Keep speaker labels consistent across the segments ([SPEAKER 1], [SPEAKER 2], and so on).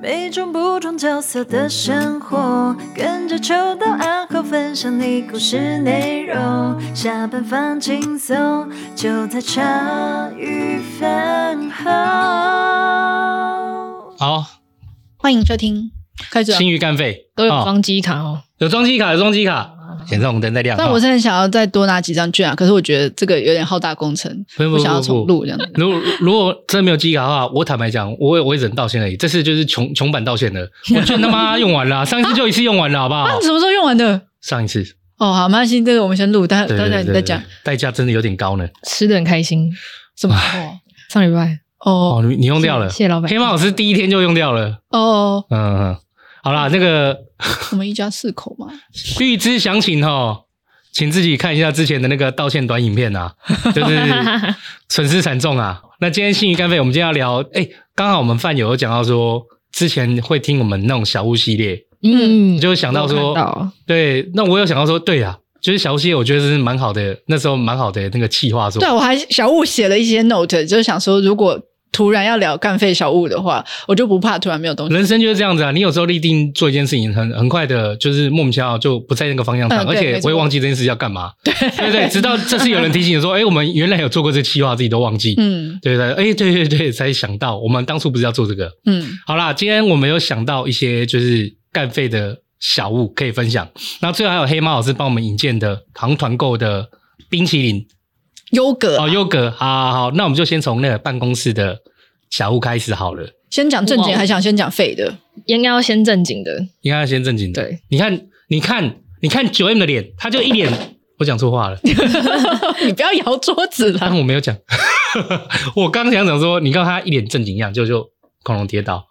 [SPEAKER 1] 每种不同角色的生活，跟着秋到暗号分享你故事内容。下班放轻松，就在茶余饭后。
[SPEAKER 2] 好，
[SPEAKER 3] 欢迎收听，
[SPEAKER 2] 开始、
[SPEAKER 3] 啊
[SPEAKER 2] 新鱼干肺
[SPEAKER 3] 都有
[SPEAKER 2] 哦
[SPEAKER 3] 装机卡哦。啊
[SPEAKER 2] 有装机卡，有装机卡，显示红灯在亮。
[SPEAKER 3] 但
[SPEAKER 2] 哦
[SPEAKER 3] 我是很想要再多拿几张券啊，可是我觉得这个有点浩大工程，
[SPEAKER 2] 不不
[SPEAKER 3] 我想要
[SPEAKER 2] 不
[SPEAKER 3] 重
[SPEAKER 2] 不
[SPEAKER 3] 录这样子。
[SPEAKER 2] 如果如果真的没有机卡的话，我坦白讲，我也我也只能道歉而已。这次就是穷穷版道歉 了，我券他妈用完了，上一次就一次用完了，好不
[SPEAKER 3] 啊，
[SPEAKER 2] 好
[SPEAKER 3] 你？什么时候用完的？
[SPEAKER 2] 上一次，
[SPEAKER 3] 哦，好，没关系，这个我们先录，待
[SPEAKER 2] 对
[SPEAKER 3] 待
[SPEAKER 2] 对
[SPEAKER 3] 待
[SPEAKER 2] 对
[SPEAKER 3] 你
[SPEAKER 2] 对，
[SPEAKER 3] 再讲
[SPEAKER 2] 对。代价真的有点高呢。
[SPEAKER 4] 吃的很开心。
[SPEAKER 3] 什么？
[SPEAKER 2] 哎
[SPEAKER 3] 哦
[SPEAKER 4] 上礼拜
[SPEAKER 3] 哦
[SPEAKER 2] 哦，你你用掉了，
[SPEAKER 4] 谢谢老板
[SPEAKER 2] 黑猫老师第一天就用掉了。
[SPEAKER 3] 哦哦，
[SPEAKER 2] 嗯，嗯好啦，那个
[SPEAKER 3] 我们一家四口嘛，
[SPEAKER 2] 预知详情哈，请自己看一下之前的那个道歉短影片啊，就是 嗯损失惨重啊。那今天信鱼干肺，我们今天要聊，哎、刚好我们饭友有讲到说，之前会听我们那种小屋系列，
[SPEAKER 4] 嗯，
[SPEAKER 2] 就想到说
[SPEAKER 4] 我看到
[SPEAKER 2] 对，那我有想到说，对啊，就是小屋系列，我觉得是蛮好的，那时候蛮好的那个企划做
[SPEAKER 3] 对，。我还小物写了一些 note，就是想说，如果突然要聊干废小物的话，我就不怕突然没有东西。
[SPEAKER 2] 人生就是这样子啊，你有时候立定做一件事情，很很快的，就是莫名其妙就不在那个方向上，
[SPEAKER 3] 嗯
[SPEAKER 2] 而
[SPEAKER 3] 对
[SPEAKER 2] 且
[SPEAKER 3] 没
[SPEAKER 2] 我
[SPEAKER 3] 错
[SPEAKER 2] 也忘记这件事要干嘛。对对对，直到这次有人提醒说，哎、我们原来有做过这企划，自己都忘记。
[SPEAKER 3] 嗯
[SPEAKER 2] 对对，哎，对对对，才想到我们当初不是要做这个。
[SPEAKER 3] 嗯，
[SPEAKER 2] 好啦，今天我们有想到一些就是干废的小物可以分享，然后最后还有黑猫老师帮我们引荐的行团购的冰淇淋
[SPEAKER 3] 优格啊、
[SPEAKER 2] 哦，优格，好好好，那我们就先从那个办公室的小物开始好了。
[SPEAKER 3] 先讲正经，
[SPEAKER 4] 哇
[SPEAKER 3] 还想先讲废的。
[SPEAKER 4] 应该要先正经的，
[SPEAKER 2] 你看他先正经的，
[SPEAKER 4] 对，
[SPEAKER 2] 你看，你看，你看九 M 的脸，他就一脸，我讲错话了，
[SPEAKER 3] 你不要摇桌子啦
[SPEAKER 2] 但！我没有讲， 我刚想讲说，你看他一脸正经样，就就恐龙跌倒，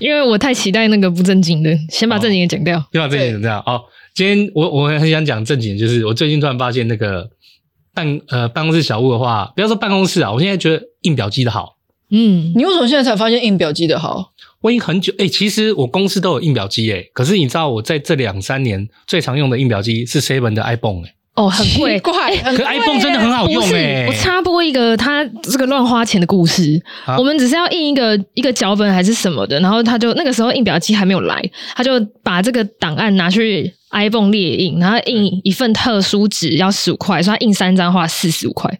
[SPEAKER 4] 因为我太期待那个不正经的，先把正经的讲掉。
[SPEAKER 2] 对吧？正经怎么样？哦，今天我我很想讲正经，就是我最近突然发现那个办呃办公室小物的话，不要说办公室啊，我现在觉得印表机的好，
[SPEAKER 4] 嗯，
[SPEAKER 3] 你为什么现在才发现印表机的 好？
[SPEAKER 2] 我已经很久哎、其实我公司都有印表机哎、可是你知道我在这两三年最常用的印表机是 Seven 的 iPhone 哎、
[SPEAKER 4] 哦，很贵
[SPEAKER 3] 奇。怪，很
[SPEAKER 2] 可是
[SPEAKER 3] 贵
[SPEAKER 2] iPhone 真的很好
[SPEAKER 4] 不
[SPEAKER 2] 用
[SPEAKER 4] 是
[SPEAKER 2] 哎、，
[SPEAKER 4] 我插播一个他这个乱花钱的故事。
[SPEAKER 2] 啊
[SPEAKER 4] 我们只是要印一个一个脚本还是什么的，然后他就那个时候印表机还没有来，他就把这个档案拿去 iPhone 列印，然后印一份特殊纸要十五块，所以他印三张花四十五块。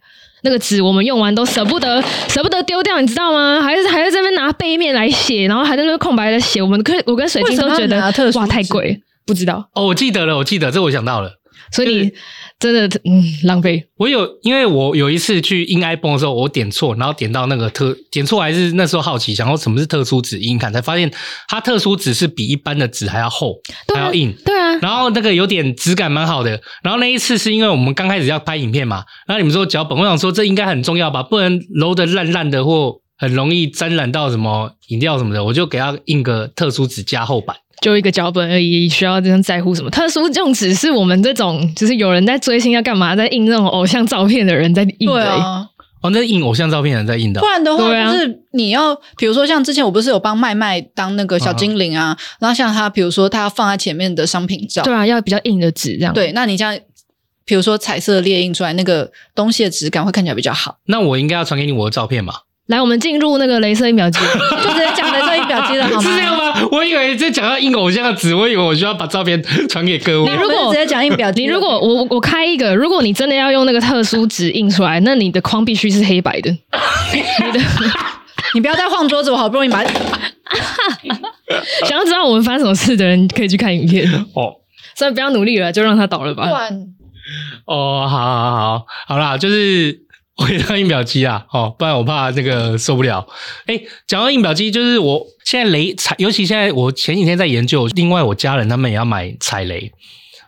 [SPEAKER 4] 那个纸我们用完都舍不得，舍不得丢掉，你知道吗？还是还在这边拿背面来写，然后还在那边空白的写。我们跟我跟水晶都觉
[SPEAKER 3] 为什么要拿
[SPEAKER 4] 得
[SPEAKER 3] 特殊
[SPEAKER 4] 哇太
[SPEAKER 3] 纸
[SPEAKER 4] 贵，不知道，
[SPEAKER 2] 哦，我记得了，我记得，这我想到了。
[SPEAKER 4] 所以你真的嗯浪费。
[SPEAKER 2] 我有，因为我有一次去印 iPhone 的时候，我点错，然后点到那个特点错，还是那时候好奇，想说什么是特殊纸印看，才发现它特殊纸是比一般的纸还要厚，
[SPEAKER 4] 对
[SPEAKER 2] 还
[SPEAKER 4] 啊
[SPEAKER 2] 要硬。
[SPEAKER 4] 对啊，
[SPEAKER 2] 然后那个有点质感蛮好的。然后那一次是因为我们刚开始要拍影片嘛，然后你们说脚本，我想说这应该很重要吧，不能揉的烂烂的或很容易沾染到什么饮料什么的，我就给它印个特殊纸加厚版。
[SPEAKER 4] 就一个脚本而已，需要这样在乎什么？特殊用纸是我们这种就是有人在追星要干嘛，在印那种偶像照片的人在印的、
[SPEAKER 3] 对啊，
[SPEAKER 2] 哦，那印偶像照片的人在印的
[SPEAKER 3] 不。然的话
[SPEAKER 4] 对啊
[SPEAKER 3] 就是你要，比如说像之前我不是有帮麦麦当那个小精灵啊，然后像他，比如说他放在前面的商品照，
[SPEAKER 4] 嗯对啊，要比较硬的纸这样。，
[SPEAKER 3] 对，那你这样，比如说彩色列印出来那个东西的质感会看起来比较 好。
[SPEAKER 2] 那我应该要传给你我的照片嘛？
[SPEAKER 4] 来，我们进入那个镭射一秒机。
[SPEAKER 3] 就直接讲的这一
[SPEAKER 4] 啊
[SPEAKER 3] 表机了，好吗？
[SPEAKER 2] 啊是这样吗？我以为在讲到印偶像的纸，我以为我就要把照片传给各位
[SPEAKER 4] 那。如果
[SPEAKER 3] 我们就直接讲印表机
[SPEAKER 4] 你
[SPEAKER 3] 了，
[SPEAKER 4] 如果我我开一个，如果你真的要用那个特殊纸印出来，那你的框必须是黑白的。 你的
[SPEAKER 3] 你不要再晃桌子，我好不容易把它
[SPEAKER 4] 想要知道我们发生什么事的人，可以去看影 片。
[SPEAKER 2] 哦
[SPEAKER 4] 所以不要努力了，就让它倒了吧。
[SPEAKER 3] 断。
[SPEAKER 2] 哦，好好好好啦，就是回到印表机啊，哦，不然我怕那个受不了。哎，讲到印表机，就是我现在雷踩，尤其现在我前几天在研究，另外我家人他们也要买踩雷。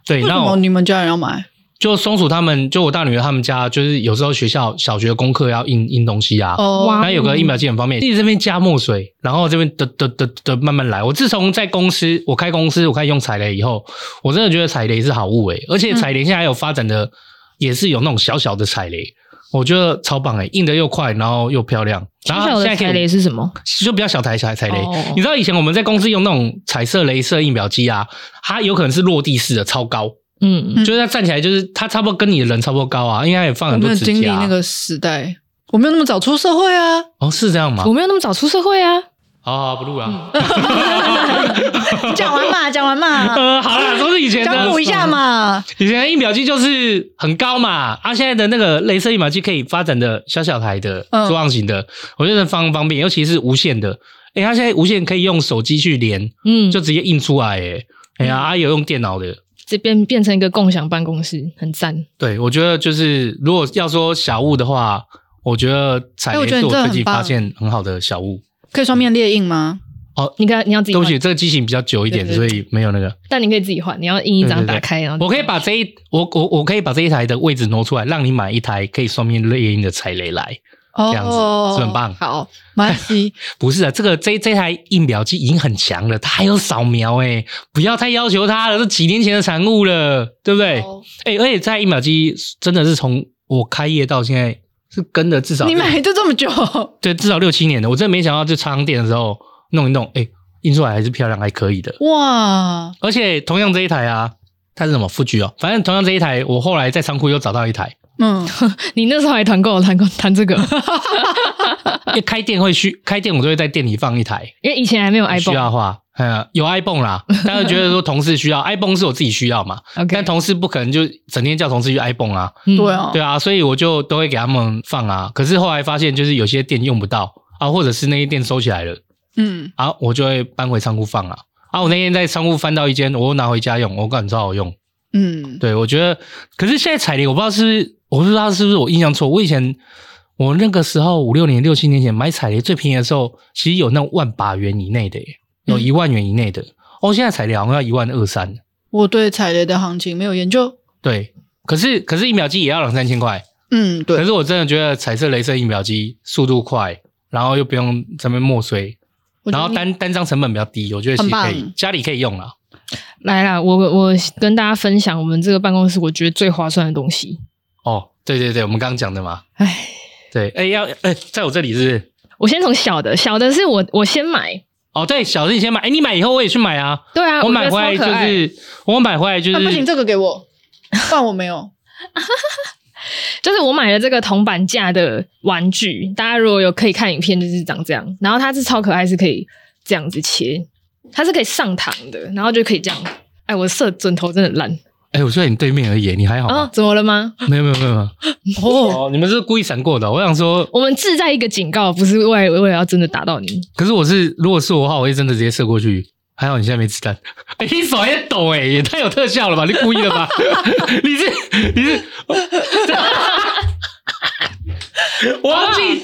[SPEAKER 2] 对，
[SPEAKER 3] 为什
[SPEAKER 2] 那
[SPEAKER 3] 么
[SPEAKER 2] 我
[SPEAKER 3] 你们家人要买？
[SPEAKER 2] 就松鼠他们，就我大女儿他们家，就是有时候学校小学功课要印印东西啊，
[SPEAKER 3] 哦，
[SPEAKER 4] 哇
[SPEAKER 2] 然后有个印表机很方便，一直这边加墨水，然后这边得得得得慢慢来。我自从在公司，我开公司，我开始用踩雷以后，我真的觉得踩雷是好物诶、而且
[SPEAKER 4] 嗯
[SPEAKER 2] 踩雷现在还有发展的，也是有那种小小的踩雷，我觉得超棒诶、印的又快，然后又漂亮，然后
[SPEAKER 4] 小小
[SPEAKER 2] 现在
[SPEAKER 4] 的
[SPEAKER 2] 可
[SPEAKER 4] 踩
[SPEAKER 2] 以
[SPEAKER 4] 雷是什么？
[SPEAKER 2] 就比较小台彩彩雷。
[SPEAKER 4] 哦
[SPEAKER 2] 你知道以前我们在公司用那种彩色镭射印表机啊，它有可能是落地式的，超高，
[SPEAKER 4] 嗯，
[SPEAKER 3] 嗯
[SPEAKER 2] 就是它站起来就是它差不多跟你的人差不多高啊，因为它也放
[SPEAKER 3] 我
[SPEAKER 2] 很
[SPEAKER 3] 没
[SPEAKER 2] 多
[SPEAKER 3] 有
[SPEAKER 2] 指甲。
[SPEAKER 3] 经历那个时代，我没有那么早出社会啊。
[SPEAKER 2] 哦，是这样吗
[SPEAKER 4] 我？没有那么早出社会啊。
[SPEAKER 2] 好好不录了。
[SPEAKER 3] 讲完嘛，讲完 嘛，
[SPEAKER 2] 呃，好啦，都是以
[SPEAKER 4] 啊
[SPEAKER 2] 前
[SPEAKER 3] 讲
[SPEAKER 2] 的嗯
[SPEAKER 3] 补一下嘛。
[SPEAKER 2] 以前的印表机就是很高嘛，啊，现在的那个镭射印表机可以发展的小小台的
[SPEAKER 3] 嗯
[SPEAKER 2] 桌上型的，我觉得方方便，尤其是无线的。哎、它现在无线可以用手机去连，
[SPEAKER 4] 嗯，
[SPEAKER 2] 就
[SPEAKER 4] 就
[SPEAKER 2] 直接印出来、诶哎、
[SPEAKER 3] 嗯
[SPEAKER 2] 呀、啊，有用电脑的。
[SPEAKER 4] 这边变成一个共享办公室，很赞。
[SPEAKER 2] 对，我觉得就是如果要说小物的话，我觉得彩
[SPEAKER 3] 哎我
[SPEAKER 2] 雷
[SPEAKER 3] 觉得
[SPEAKER 2] 是我
[SPEAKER 3] 你这
[SPEAKER 2] 最
[SPEAKER 3] 很
[SPEAKER 2] 近
[SPEAKER 3] 棒
[SPEAKER 2] 发现很好的小物。
[SPEAKER 3] 可以双面列印吗？
[SPEAKER 4] 你看，你要自己
[SPEAKER 2] 对不
[SPEAKER 4] 换，
[SPEAKER 2] 起，这个机型比较久一点，
[SPEAKER 4] 对对
[SPEAKER 2] 所以没有那个。
[SPEAKER 4] 但你可以自己换，你要印一张打开，然后
[SPEAKER 2] 我可以把这一我我我可以把这一台的位置挪出来，让你买一台可以双面猎鹰的踩雷来。
[SPEAKER 3] 哦，
[SPEAKER 2] 样子是很棒
[SPEAKER 3] 好，马来西亚
[SPEAKER 2] 不是啊，这个这这台印表机已经很强了，它还有扫描哎、不要太要求它了，这几年前的产物了，对不 对？哎、
[SPEAKER 4] 哦
[SPEAKER 2] 而且这台印表机真的是从我开业到现在是跟了至少
[SPEAKER 3] 你买就这 么久，
[SPEAKER 2] 对至少六七年的，我真的没想到就插上电的时候弄一弄，哎、印出来还是漂亮，还可以的。
[SPEAKER 3] 哇，
[SPEAKER 2] 而且同样这一台啊，它是什么富居哦，反正同样这一台，我后来在仓库又找到一台，
[SPEAKER 3] 嗯，
[SPEAKER 4] 你那时候还团购谈过 谈这个，
[SPEAKER 2] 因为开店会需开店，我都会在店里放一台，
[SPEAKER 4] 因为以前还没有
[SPEAKER 2] 需
[SPEAKER 4] iPhone。
[SPEAKER 2] 要的话，呃，有 iPhone 啦，但是觉得说同事需要 iPhone 是我自己需要嘛，
[SPEAKER 4] OK，
[SPEAKER 2] 但同事不可能就整天叫同事去 iPhone 啊，
[SPEAKER 4] 嗯
[SPEAKER 3] 对，啊，
[SPEAKER 2] 对啊，所以我就都会给他们放啊。可是后来发现，就是有些店用不到啊，或者是那些店收起来了
[SPEAKER 3] 嗯，
[SPEAKER 2] 啊，我就会搬回仓库放啊。啊，我那天在仓库翻到一间，我又拿回家用，我感觉超好用。
[SPEAKER 3] 嗯，
[SPEAKER 2] 对，我觉得，可是现在彩铃，我不知道是不是，我不知道是不是我印象错。我以前我那个时候五六年、六七年前买彩铃最便宜的时候，其实有那种万把元以内的耶，有一万元以内的。哦，现在彩铃好像要一万二三。
[SPEAKER 3] 我对踩雷的行情没有研究，
[SPEAKER 2] 对，可是可是疫苗机也要两三千块。
[SPEAKER 3] 嗯，
[SPEAKER 2] 可
[SPEAKER 3] 对，
[SPEAKER 2] 是我真的觉得彩色镭射疫苗机速度快，然后又不用这边墨水，
[SPEAKER 3] 我觉
[SPEAKER 2] 然后
[SPEAKER 3] 得你
[SPEAKER 2] 单单张成本比较低，我觉得其
[SPEAKER 3] 很
[SPEAKER 2] 实可以
[SPEAKER 3] 棒
[SPEAKER 2] 家里可以用啦。
[SPEAKER 4] 来啦，我我跟大家分享我们这个办公室我觉得最划算的东西。
[SPEAKER 2] 哦，对对对，我们刚刚讲的嘛。
[SPEAKER 4] 唉，
[SPEAKER 2] 对，哎要哎，在我这里是不是。
[SPEAKER 4] 我先从小的，小的是我我先买，
[SPEAKER 2] 哦，对，小弟你先买，哎，你买以后我也去买啊。
[SPEAKER 4] 对啊，
[SPEAKER 2] 我
[SPEAKER 4] 我
[SPEAKER 2] 买
[SPEAKER 4] 觉
[SPEAKER 2] 回来
[SPEAKER 4] 得超可
[SPEAKER 2] 就
[SPEAKER 4] 爱
[SPEAKER 2] 是，我买回来就
[SPEAKER 3] 啊，不行，
[SPEAKER 2] 是，
[SPEAKER 3] 这个 给我，不然我没有，
[SPEAKER 4] 就是我买了这个铜板架的玩具，大家如果有可以看影片，就是长这样。然后它是超可爱，是可以这样子切，它是可以上膛的，然后就可以这样。哎，我射准头真的很烂
[SPEAKER 2] 哎，我坐在你对面而已，你还好
[SPEAKER 4] 啊、哦
[SPEAKER 2] 吗？
[SPEAKER 4] 怎么了吗？
[SPEAKER 2] 没有没有没有没有。
[SPEAKER 3] 哦，
[SPEAKER 2] 哦，你们是故意闪过的哦。我想说，
[SPEAKER 4] 我们志在一个警告，不是为为了要真的打到你。
[SPEAKER 2] 可是我是，如果是我的话，我会真的直接射过去。还好你现在没子弹，哎、 你手还在抖哎、也太有特效了吧？你故意的 吧？你是你 是，我忘记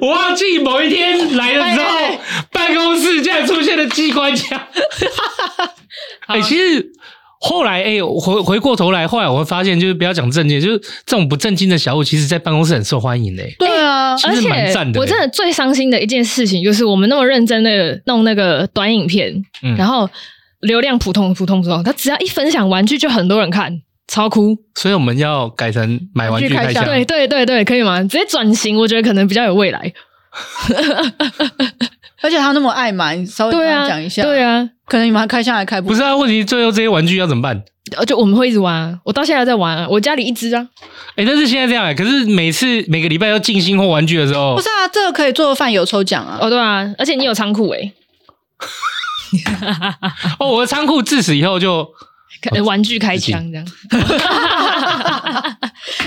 [SPEAKER 2] 我忘记某一天来了之后，
[SPEAKER 3] 哎哎
[SPEAKER 2] 办公室竟然出现了机关 枪。哎、其实后来哎、我回回过头来，后来我会发现，就是不要讲正经，就是这种不正经的小物，其实在办公室很受欢迎哎、
[SPEAKER 3] 对啊，
[SPEAKER 2] 其
[SPEAKER 4] 而
[SPEAKER 2] 实
[SPEAKER 4] 且
[SPEAKER 2] 蛮赞的、欸
[SPEAKER 4] 我真的最伤心的一件事情，就是我们那么认真的弄那个短影片，
[SPEAKER 2] 嗯
[SPEAKER 4] 然后流量普通普通普通，它只要一分享玩具就很多人看，超酷。
[SPEAKER 2] 所以我们要改成买玩具
[SPEAKER 3] 玩具
[SPEAKER 2] 开
[SPEAKER 3] 开箱
[SPEAKER 2] 箱。
[SPEAKER 4] 对对对对，可以吗？直接转型，我觉得可能比较有未来。
[SPEAKER 3] 而且他那么爱买，你稍微跟
[SPEAKER 4] 对
[SPEAKER 3] 他
[SPEAKER 4] 啊，
[SPEAKER 3] 讲一下，
[SPEAKER 4] 对
[SPEAKER 3] 啊，
[SPEAKER 4] 啊，
[SPEAKER 3] 可能你们还开箱还开
[SPEAKER 2] 不
[SPEAKER 3] 不
[SPEAKER 2] 是啊，问题最后这些玩具要怎么办？
[SPEAKER 4] 呃，就我们会一直玩啊，我到现在还在玩啊，我家里一只啊，
[SPEAKER 2] 哎、但是现在这样、欸，可是每次每个礼拜要进新货玩具的时候
[SPEAKER 3] 不，是啊，这个可以做饭友抽奖啊，
[SPEAKER 4] 哦对啊，而且你有仓库诶，
[SPEAKER 2] 哦，我的仓库自此以后就
[SPEAKER 4] 可呃玩具开枪这样。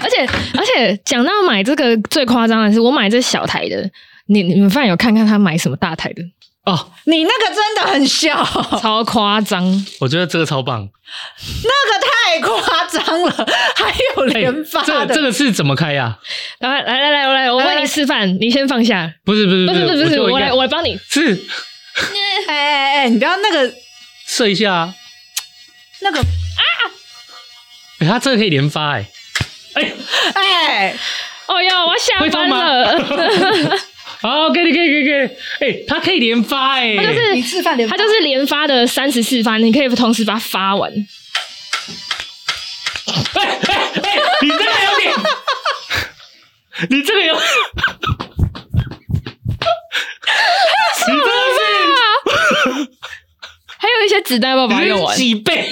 [SPEAKER 4] 而且而且讲到买这个最夸张的是，我买这小台的，你你们饭有看看他买什么大台的，
[SPEAKER 2] 哦，
[SPEAKER 3] 你那个真的很小，
[SPEAKER 4] 超夸张。
[SPEAKER 2] 我觉得这个超 棒。
[SPEAKER 3] 那个太夸张了，还有
[SPEAKER 2] 哎、
[SPEAKER 3] 连发
[SPEAKER 2] 这个
[SPEAKER 3] 的，
[SPEAKER 2] 这个是怎么开呀、
[SPEAKER 4] 来来来来，我来我为你示范，你先放下。
[SPEAKER 2] 不是不是
[SPEAKER 4] 不是不是不
[SPEAKER 2] 是，
[SPEAKER 4] 是，
[SPEAKER 2] 就
[SPEAKER 4] 我
[SPEAKER 2] 应该
[SPEAKER 4] 来我来帮你。
[SPEAKER 2] 是
[SPEAKER 3] 哎哎哎，你不要那个
[SPEAKER 2] 射一下、啊。
[SPEAKER 3] 那个，
[SPEAKER 4] 啊
[SPEAKER 2] 哎、它这个可以连发哎、
[SPEAKER 3] 哎，
[SPEAKER 4] 哦哟，我要下
[SPEAKER 2] 会痛
[SPEAKER 4] 班
[SPEAKER 2] 吗
[SPEAKER 4] 了。
[SPEAKER 2] 好，可以可以可以可以，哎、它可以连发哎、
[SPEAKER 4] 它 就是
[SPEAKER 3] 你示范连发，
[SPEAKER 4] 它就是连发的三十四发，你可以同时把它发 完。
[SPEAKER 2] 哎哎哎，你这个有点，你这个有， 你真的
[SPEAKER 4] 还有一些子弹要不要把它用
[SPEAKER 2] 是
[SPEAKER 4] 完
[SPEAKER 2] 你是？几倍？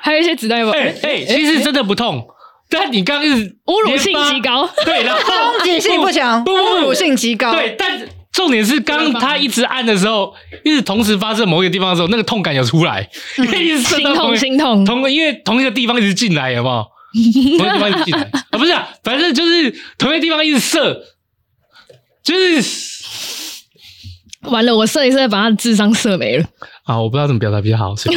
[SPEAKER 4] 还有一些子弹要不要？
[SPEAKER 2] 哎哎，其实真的不痛，但你刚刚是
[SPEAKER 4] 侮辱性极，高，
[SPEAKER 2] 对，然后
[SPEAKER 3] 攻击性不强，
[SPEAKER 2] 不不不
[SPEAKER 3] 侮辱性极高，
[SPEAKER 2] 对，但重点是刚刚他一直按的时候，一直同时发射某一个地方的时候，那个痛感有出来，因为 一直射
[SPEAKER 4] 心
[SPEAKER 2] 到同
[SPEAKER 4] 痛
[SPEAKER 2] 一
[SPEAKER 4] 心痛，
[SPEAKER 2] 同个因为同一个地方一直进来，有没有？同一个地方一直进来啊，不是啊，反正就是同一个地方一直射，就是
[SPEAKER 4] 完了，我射一射把他的智商射没了。
[SPEAKER 2] 啊，我不知道怎么表达比较好，所以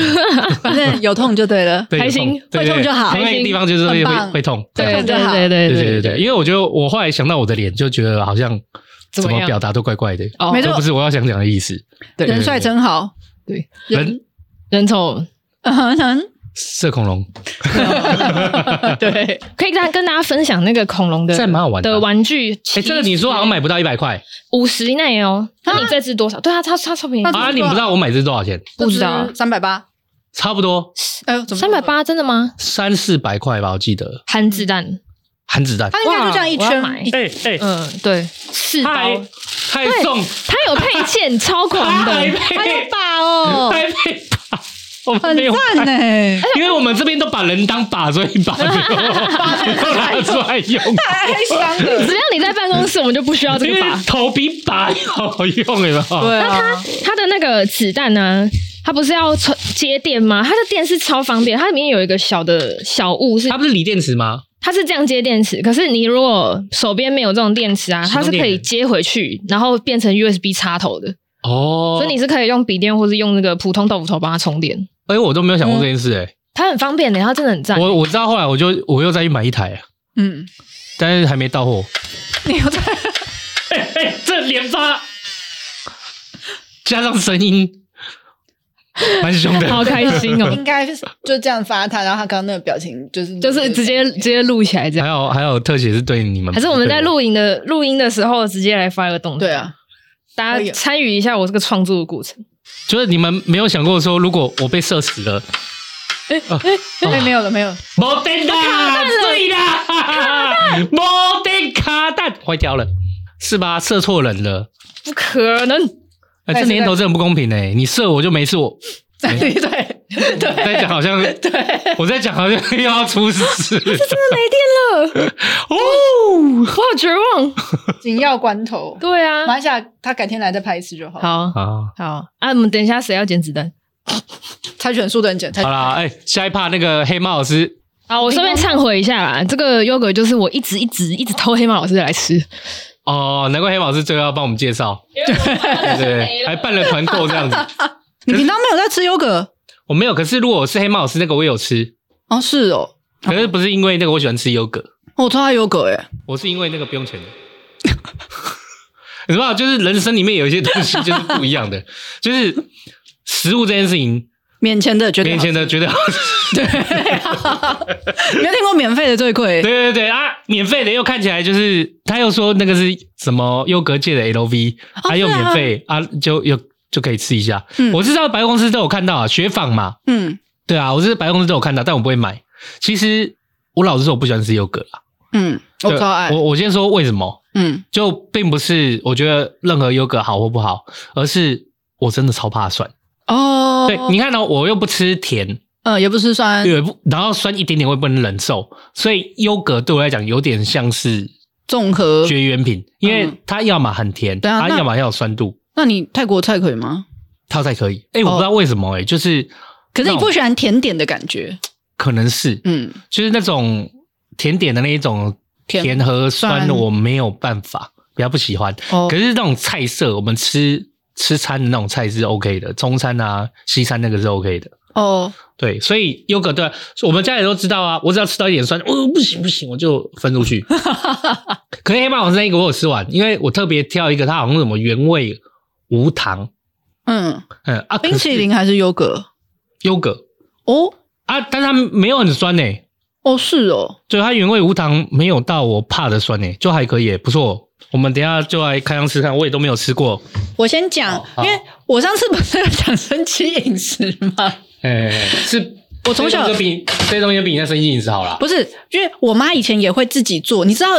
[SPEAKER 3] 反正有痛就对了。
[SPEAKER 2] 对
[SPEAKER 4] 开心
[SPEAKER 2] 有
[SPEAKER 3] 会痛
[SPEAKER 2] 对对
[SPEAKER 3] 就好
[SPEAKER 2] 同一
[SPEAKER 4] 开
[SPEAKER 2] 个
[SPEAKER 4] 心
[SPEAKER 2] 地方就是
[SPEAKER 3] 很
[SPEAKER 2] 会
[SPEAKER 3] 棒
[SPEAKER 2] 会会痛，这样
[SPEAKER 4] 对
[SPEAKER 3] 痛
[SPEAKER 4] 对
[SPEAKER 3] 就好
[SPEAKER 4] 对对
[SPEAKER 2] 对对对对，因为我觉得我后来想到我的脸，就觉得好像
[SPEAKER 4] 怎
[SPEAKER 2] 怎
[SPEAKER 4] 么
[SPEAKER 2] 么
[SPEAKER 4] 样
[SPEAKER 2] 表达都怪怪的，
[SPEAKER 4] 哦
[SPEAKER 3] 没错
[SPEAKER 2] 这不是我要想讲的意思。
[SPEAKER 4] 对
[SPEAKER 3] 人帅真好，
[SPEAKER 4] 对，
[SPEAKER 2] 人
[SPEAKER 4] 人丑
[SPEAKER 3] 嗯嗯
[SPEAKER 2] 射恐龙，
[SPEAKER 3] 对，
[SPEAKER 4] 可以跟跟大家分享那个恐龙的，
[SPEAKER 2] 啊这蛮好玩的啊
[SPEAKER 4] 的玩具。
[SPEAKER 2] 哎，这个你说好像买不到一百块
[SPEAKER 4] 五十以内哦，那你这只多少？对啊，它它超便宜
[SPEAKER 3] 那，
[SPEAKER 2] 啊？
[SPEAKER 3] 差不多
[SPEAKER 2] 你不知道我买这多少钱？
[SPEAKER 4] 不知道
[SPEAKER 3] 三百八，
[SPEAKER 2] 差不多
[SPEAKER 3] 哎呦，怎么
[SPEAKER 4] 三百？八真的吗？
[SPEAKER 2] 三四百块吧，我记得
[SPEAKER 4] 含子弹，
[SPEAKER 2] 含子弹。
[SPEAKER 3] 他应该就这样一
[SPEAKER 4] 哇我要
[SPEAKER 3] 圈
[SPEAKER 4] 买
[SPEAKER 3] 一
[SPEAKER 2] 哎哎，
[SPEAKER 4] 嗯，对，四
[SPEAKER 2] 他
[SPEAKER 4] 刀
[SPEAKER 2] 还，他还送，
[SPEAKER 4] 它有 配件，超狂
[SPEAKER 2] 他还
[SPEAKER 4] 的，
[SPEAKER 2] 配，
[SPEAKER 3] 把哦
[SPEAKER 2] 他，还配 把，我们
[SPEAKER 3] 很
[SPEAKER 2] 没有
[SPEAKER 3] 赞哎
[SPEAKER 2] 带。
[SPEAKER 3] 呢。
[SPEAKER 2] 因为我们这边都把人当把，所以把没有没有拿出来用。
[SPEAKER 3] 太香了，
[SPEAKER 4] 只要你在办公室，我们就不需要这
[SPEAKER 2] 因为
[SPEAKER 4] 个把。
[SPEAKER 2] 头比把好用，有没有？
[SPEAKER 3] 对啊，
[SPEAKER 4] 它的那个子弹呢，它不是要充接电吗？它的电是超方便，它里面有一个小的小物是
[SPEAKER 2] 它不是锂电池吗？
[SPEAKER 4] 它是这样接电池，可是你如果手边没有这种电池啊，
[SPEAKER 2] 行
[SPEAKER 4] 它
[SPEAKER 2] 动
[SPEAKER 4] 是可
[SPEAKER 2] 电
[SPEAKER 4] 以
[SPEAKER 2] 源
[SPEAKER 4] 接回去，然后变成 USB 插头的，
[SPEAKER 2] 哦，
[SPEAKER 4] 所以你是可以用笔电或是用那个普通豆腐头帮它充电，
[SPEAKER 2] 哎，我都没有想过这件事哎。
[SPEAKER 4] 它很方便的、它真的很赞。
[SPEAKER 2] 我我知道后来我就我又再去买一台啊，
[SPEAKER 3] 嗯，
[SPEAKER 2] 但是还没到货。
[SPEAKER 3] 你又在！
[SPEAKER 2] 哎哎，这连发加上声音，蛮凶的。
[SPEAKER 4] 好开心哦
[SPEAKER 3] 应该是就这样发他，然后他刚刚那个表情就是
[SPEAKER 4] 就是直接直接录起来这
[SPEAKER 2] 还
[SPEAKER 4] 样，
[SPEAKER 2] 有还有特写是对你们，
[SPEAKER 4] 还是我们在录影的录音的时候直接来发一个动作，
[SPEAKER 3] 对，啊，哎
[SPEAKER 4] 大
[SPEAKER 3] 可
[SPEAKER 4] 家
[SPEAKER 3] 以
[SPEAKER 4] 参与一下我这个创作的过程。
[SPEAKER 2] 对，就是你们没有想过说，如果我被射死了，
[SPEAKER 3] 哎，没有了，没有了，
[SPEAKER 2] 没电啦，碎啦，没电卡蛋坏掉了，是吧？射错人了，
[SPEAKER 4] 不可能，
[SPEAKER 2] 哎，
[SPEAKER 3] 对
[SPEAKER 2] 这年头真的不公平哎！你射我就没事，我
[SPEAKER 3] 对对对
[SPEAKER 2] 在讲好 像，我在讲好像又要出事，
[SPEAKER 4] 真的没电了，
[SPEAKER 2] 哦
[SPEAKER 4] 我好绝 望。
[SPEAKER 3] 紧要关头，
[SPEAKER 4] 对啊，
[SPEAKER 3] 马来西亚他改天来再拍一次就好。，
[SPEAKER 4] 好
[SPEAKER 2] 好。
[SPEAKER 4] 好啊，我们等一下谁要剪子弹？
[SPEAKER 3] 猜拳输的人捡，猜
[SPEAKER 2] 好啦，哎、下一趴那个黑猫老师，
[SPEAKER 4] 啊，我顺便忏悔一下啦，这个 yogurt 就是我一直一直一直偷黑马老师来 吃，
[SPEAKER 2] 哦，难怪黑猫老师最后要帮我们介绍，对不对？还办了团购这样子，
[SPEAKER 3] 你平常没有在吃优格
[SPEAKER 2] 我没有。可是如果我是黑猫老师那个，我也有吃，
[SPEAKER 3] 哦？是哦，
[SPEAKER 2] 可是不是因为那个我喜欢吃优格，
[SPEAKER 3] 我超爱优格哎，
[SPEAKER 2] 我是因为那个不用钱的。 你知道，就是人生里面有一些东西就是不一样的，就是食物这件事情，
[SPEAKER 3] 免钱的绝对
[SPEAKER 2] 免
[SPEAKER 3] 好
[SPEAKER 2] 钱的觉得好吃，
[SPEAKER 3] 你没有听过免费的最贵？
[SPEAKER 2] 对对对啊，免费的又看起来就是，他又说那个是什么优格界的 LV，他又
[SPEAKER 3] 对啊
[SPEAKER 2] 免费啊就又就可以吃一下。
[SPEAKER 3] 嗯
[SPEAKER 2] 我知道百货公司都有看到啊，雪纺嘛，
[SPEAKER 3] 嗯
[SPEAKER 2] 对啊，我是百货公司都有看到，但我不会买。其实我老实说，我不喜欢吃优格啦，
[SPEAKER 3] 嗯，我
[SPEAKER 2] 对
[SPEAKER 3] 超爱，
[SPEAKER 2] 我我先说为什么，
[SPEAKER 3] 嗯
[SPEAKER 2] 就并不是我觉得任何优格好或不好，而是我真的超怕酸。
[SPEAKER 3] 哦，
[SPEAKER 2] 对，你看呢、我又不吃甜，
[SPEAKER 3] 嗯，也不是酸
[SPEAKER 2] 也不然后酸一点点我也不能忍受，所以优格对我来讲有点像是
[SPEAKER 3] 综合，
[SPEAKER 2] 绝缘品，因为它要么很甜，
[SPEAKER 3] 呃嗯对啊
[SPEAKER 2] 它
[SPEAKER 3] 那
[SPEAKER 2] 要么要有酸度，
[SPEAKER 3] 那你泰国菜可以吗？
[SPEAKER 2] 它才可
[SPEAKER 3] 哦
[SPEAKER 2] 以。哎、我不知道为什么、哎、就是
[SPEAKER 3] 可是你
[SPEAKER 2] 那
[SPEAKER 3] 不
[SPEAKER 2] 种
[SPEAKER 3] 喜欢甜点的感觉，
[SPEAKER 2] 可能是，
[SPEAKER 3] 嗯，
[SPEAKER 2] 就是那种甜点的那一种
[SPEAKER 3] 甜
[SPEAKER 2] 甜和酸，
[SPEAKER 3] 酸
[SPEAKER 2] 我没有办法，比较不喜欢。
[SPEAKER 3] 哦
[SPEAKER 2] 可，是那种菜色，我们吃吃餐的那种菜是 OK 的，中餐啊、西餐那个是 OK 的。
[SPEAKER 3] 哦，
[SPEAKER 2] 对，所以优格对啊、我们家里都知道啊。我只要吃到一点酸，哦，不行不行，我就分出 去。可是黑马王那一个我有吃完，因为我特别挑一个，它好像是什么原味无糖，
[SPEAKER 3] 嗯，
[SPEAKER 2] 嗯啊，
[SPEAKER 3] 冰淇淋还是优格？
[SPEAKER 2] 优格
[SPEAKER 3] 哦
[SPEAKER 2] 啊，但它没有很酸呢、欸
[SPEAKER 3] 哦，是哦，
[SPEAKER 2] 就它原味无糖没有到我怕的酸呢、欸就还可以、不错。我们等一下就来开箱吃看，我也都没有吃过。
[SPEAKER 3] 我先讲
[SPEAKER 2] 好，哦好
[SPEAKER 3] 因为我上次不是有讲生吃饮食吗？
[SPEAKER 2] 哎、是
[SPEAKER 3] 我从小
[SPEAKER 2] 这东西比这些东西比你那生意饮食好啦。
[SPEAKER 3] 不是，因为我妈以前也会自己做，你知道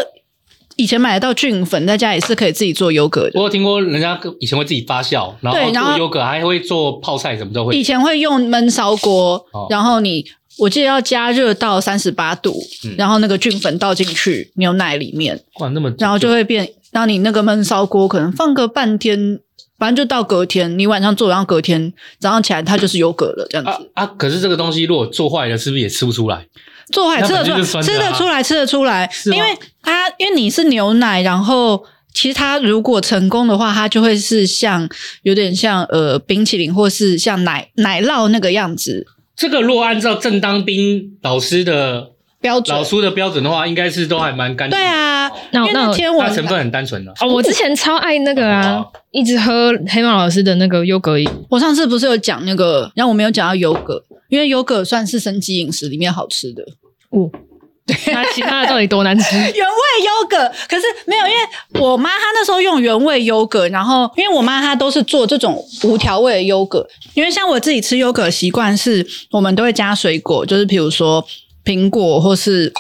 [SPEAKER 3] 以前买得到菌粉，在家也是可以自己做优格的
[SPEAKER 2] 我。有听过人家以前会自己发酵，然后
[SPEAKER 3] 对然后
[SPEAKER 2] 做优格，还会做泡菜，什么都会
[SPEAKER 3] 以。前会用焖烧锅
[SPEAKER 2] 哦，
[SPEAKER 3] 然后你我记得要加热到三十八度，
[SPEAKER 2] 嗯
[SPEAKER 3] 然后那个菌粉倒进去牛奶里面，
[SPEAKER 2] 哇，那么
[SPEAKER 3] 然后就会变，然后你那个焖烧锅可能放个半天，反正就到隔天，你晚上做，然后隔天早上起来它就是有嗝了，这样子。
[SPEAKER 2] 啊啊！可是这个东西如果做坏了，是不是也吃不出来？
[SPEAKER 3] 做坏
[SPEAKER 2] 那
[SPEAKER 3] 吃得
[SPEAKER 2] 本
[SPEAKER 3] 出
[SPEAKER 2] 身
[SPEAKER 3] 来，
[SPEAKER 2] 就是酸的啊
[SPEAKER 3] 吃得出来，吃得出来，
[SPEAKER 2] 是吗
[SPEAKER 3] 因为它因为你是牛奶，然后。其实它如果成功的话，它就会是像有点像呃冰淇淋，或是像奶奶酪那个样子
[SPEAKER 2] 这个若按照正当兵老师的
[SPEAKER 3] 标准
[SPEAKER 2] 老。叔的标准的话，应该是都还蛮干净。
[SPEAKER 3] 对，啊，因
[SPEAKER 4] 那我
[SPEAKER 3] 为
[SPEAKER 4] 那
[SPEAKER 3] 那
[SPEAKER 4] 我
[SPEAKER 3] 天我
[SPEAKER 2] 它成分很单纯啊的。
[SPEAKER 4] 哦，我之前超爱那个啊
[SPEAKER 2] 哦，
[SPEAKER 4] 一直喝黑猫老师的那个优格饮。
[SPEAKER 3] 我上次不是有讲那个，然后我没有讲到优格，因为优格算是生机饮食里面好吃的
[SPEAKER 4] 哦，那其他的到底多难吃？
[SPEAKER 3] 原味优格。可是没有，因为我妈她那时候用原味优格，然后因为我妈她都是做这种无调味的优格，因为像我自己吃优格的习惯是，我们都会加水果，就是比如说苹果或是。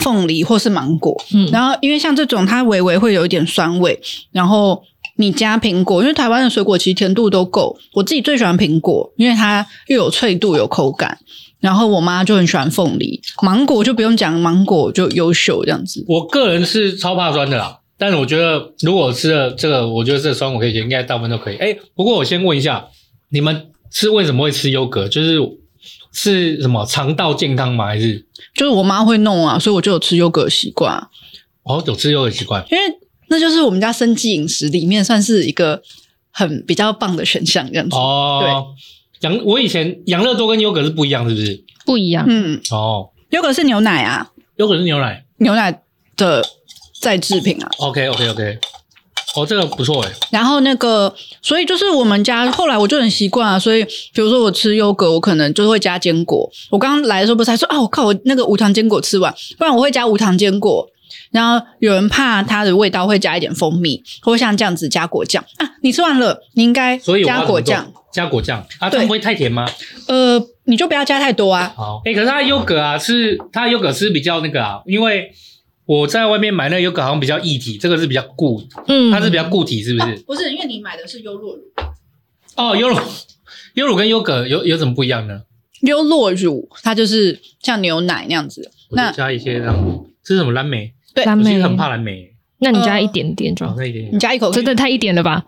[SPEAKER 3] 凤梨或是芒果，
[SPEAKER 4] 嗯
[SPEAKER 3] 然后因为像这种它微微会有一点酸味，然后你加苹果，因为台湾的水果其实甜度都够。我自己最喜欢苹果，因为它又有脆度有口感。然后我妈就很喜欢凤梨，芒果就不用讲，芒果就优秀这样子。
[SPEAKER 2] 我个人是超怕酸的啦，但是我觉得如果我吃了这个，我觉得这个酸我可以接，应该大部分都可以。哎，不过我先问一下，你们是为什么会吃优格？就是是什么肠道健康吗？还是
[SPEAKER 3] 就是我妈会弄啊，所以我就有吃优格的习惯啊，
[SPEAKER 2] 哦有吃优格习惯？
[SPEAKER 3] 因为那就是我们家生计饮食里面算是一个很比较棒的选项这样子。
[SPEAKER 2] 哦，对，养我以前养乐多跟优格是不一样，是不是？
[SPEAKER 4] 不一样，
[SPEAKER 3] 嗯，
[SPEAKER 2] 哦，
[SPEAKER 3] 优格是牛奶啊，
[SPEAKER 2] 优格是牛奶。
[SPEAKER 3] 牛奶的再制品啊。
[SPEAKER 2] OK OK OK，哦，这个不错哎。
[SPEAKER 3] 然后那个，所以就是我们家后来我就很习惯啊，所以比如说我吃优格，我可能就会加坚果。我刚刚来的时候不是还说啊，我靠，我那个无糖坚果吃完，不然我会加无糖坚果。然后有人怕它的味道会加一点蜂蜜，或像这样子加果酱啊。你吃完了，你应该
[SPEAKER 2] 所以我要
[SPEAKER 3] 加
[SPEAKER 2] 怎么
[SPEAKER 3] 果
[SPEAKER 2] 做
[SPEAKER 3] 酱，，
[SPEAKER 2] 加果酱啊，这
[SPEAKER 3] 对
[SPEAKER 2] 样不会太甜吗？
[SPEAKER 3] 呃，你就不要加太多啊。
[SPEAKER 2] 好，哎、可是它的优格啊，是它的优格是比较那个啊，因为我在外面买那个优格好像比较液体，这个是比较固，
[SPEAKER 4] 嗯，
[SPEAKER 2] 它是比较固体，是不是？
[SPEAKER 3] 不是，因为你买的是优酪乳，
[SPEAKER 2] 哦，优乳，优乳跟优格有有什么不一样呢？
[SPEAKER 3] 优酪乳它就是像牛奶那样子。
[SPEAKER 2] 我就
[SPEAKER 3] 那
[SPEAKER 2] 加一些那种，这是什么蓝莓？
[SPEAKER 4] 蓝
[SPEAKER 2] 我其
[SPEAKER 4] 莓
[SPEAKER 2] 实很怕蓝莓，
[SPEAKER 4] 嗯那你加一点点就
[SPEAKER 2] 哦
[SPEAKER 4] 好，，
[SPEAKER 2] 那一点
[SPEAKER 3] 你
[SPEAKER 2] 点，
[SPEAKER 3] 加一口，
[SPEAKER 4] 真的太一点了吧？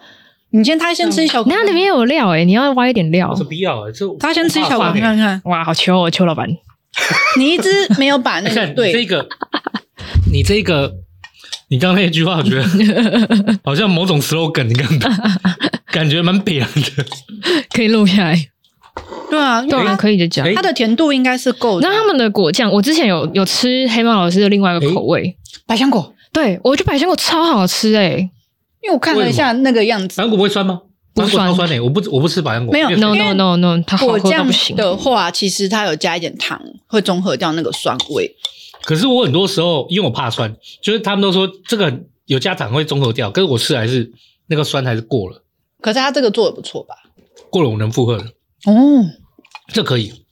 [SPEAKER 3] 你先他先吃一小口，
[SPEAKER 4] 那里面有料哎，你要挖一点料
[SPEAKER 2] 我是。不要啊的，这我
[SPEAKER 3] 他先吃一小
[SPEAKER 2] 我怕酸
[SPEAKER 3] 口
[SPEAKER 2] 欸
[SPEAKER 3] 看看。
[SPEAKER 4] 哇，好求哦，邱老板，
[SPEAKER 3] 你一直没有 把那
[SPEAKER 2] 哎你看
[SPEAKER 3] 个
[SPEAKER 2] 你这
[SPEAKER 3] 对，
[SPEAKER 2] 个，你这个，你刚刚那句话，我觉得 好像某种 slogan，你刚刚感觉蛮北洋 的。
[SPEAKER 4] 可以录下来，
[SPEAKER 3] 对啊，因
[SPEAKER 4] 对
[SPEAKER 3] 为
[SPEAKER 4] 啊，
[SPEAKER 3] 它
[SPEAKER 4] 可以就这样
[SPEAKER 2] 哎。
[SPEAKER 3] 它的甜度应该是够的。
[SPEAKER 4] 那他们的果酱，我之前有有吃黑猫老师的另外一个口味，
[SPEAKER 3] 百香果，
[SPEAKER 4] 对我觉得百香果超好吃哎，
[SPEAKER 3] 因为我看了一下那个样子，
[SPEAKER 2] 百香果不会酸吗？
[SPEAKER 4] 不
[SPEAKER 2] 百香果
[SPEAKER 4] 酸
[SPEAKER 2] 超酸的、我不我不吃百香果，
[SPEAKER 3] 没有
[SPEAKER 2] 因为
[SPEAKER 4] no
[SPEAKER 3] 因
[SPEAKER 4] no
[SPEAKER 3] 为
[SPEAKER 4] no no，它好
[SPEAKER 3] 果
[SPEAKER 4] 喝到
[SPEAKER 3] 酱
[SPEAKER 4] 不行。
[SPEAKER 3] 的话，其实它有加一点糖，会中和掉那个酸味。
[SPEAKER 2] 可是我很多时候因为我怕酸，就是他们都说这个有加糖会中和掉，可是我吃还是那个酸还是过了，
[SPEAKER 3] 可是它这个做的不错吧？
[SPEAKER 2] 过了我能负荷的，
[SPEAKER 3] 哦，
[SPEAKER 2] 这可以。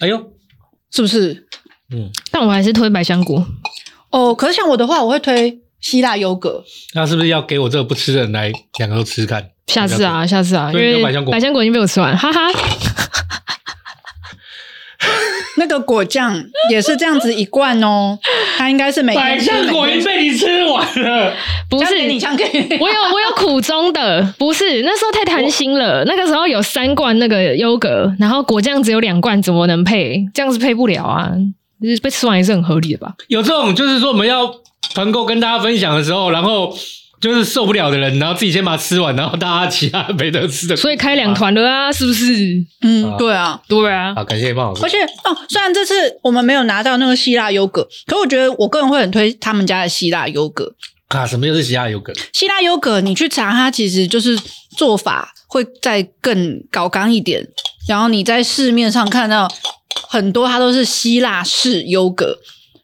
[SPEAKER 2] 哎呦，
[SPEAKER 3] 是不是？
[SPEAKER 2] 嗯，
[SPEAKER 4] 但我还是推百香果，
[SPEAKER 3] 哦，可是像我的话，我会推希腊优格。
[SPEAKER 2] 那是不是要给我这个不吃的人来两个都吃吃看？
[SPEAKER 4] 下次啊，下次啊，因
[SPEAKER 2] 对
[SPEAKER 4] 为
[SPEAKER 2] 有百香果
[SPEAKER 4] 百香果已经被我吃完，哈哈。
[SPEAKER 3] 那个果酱也是这样子一罐哦，它应该是每
[SPEAKER 2] 百
[SPEAKER 3] 天吃
[SPEAKER 2] 香果已经被你吃完了。
[SPEAKER 4] 不
[SPEAKER 3] 像
[SPEAKER 4] 是
[SPEAKER 3] 给你，像给你。
[SPEAKER 4] 我有我有苦衷的，不是那时候太贪心了。那个时候有三罐那个优格，然后果酱只有两罐，怎么能配？这样是配不了啊，就是被吃完也是很合理的吧？
[SPEAKER 2] 有这种，就是说我们要团购跟大家分享的时候，然后就是受不了的人，然后自己先把它吃完，然后大家其他没得吃的。
[SPEAKER 4] 所以开两团了啊，是不是？
[SPEAKER 3] 嗯，对啊。
[SPEAKER 4] 对啊，
[SPEAKER 2] 好，感谢胖老
[SPEAKER 3] 而
[SPEAKER 2] 师。
[SPEAKER 3] 且哦，虽然这次我们没有拿到那个希腊优格，可我觉得我个人会很推他们家的希腊优格。
[SPEAKER 2] 啊，什么又是其他有梗？
[SPEAKER 3] 希腊优格，你去查它，其实就是做法会再更高纲一点。然后你在市面上看到很多，它都是希腊式优格，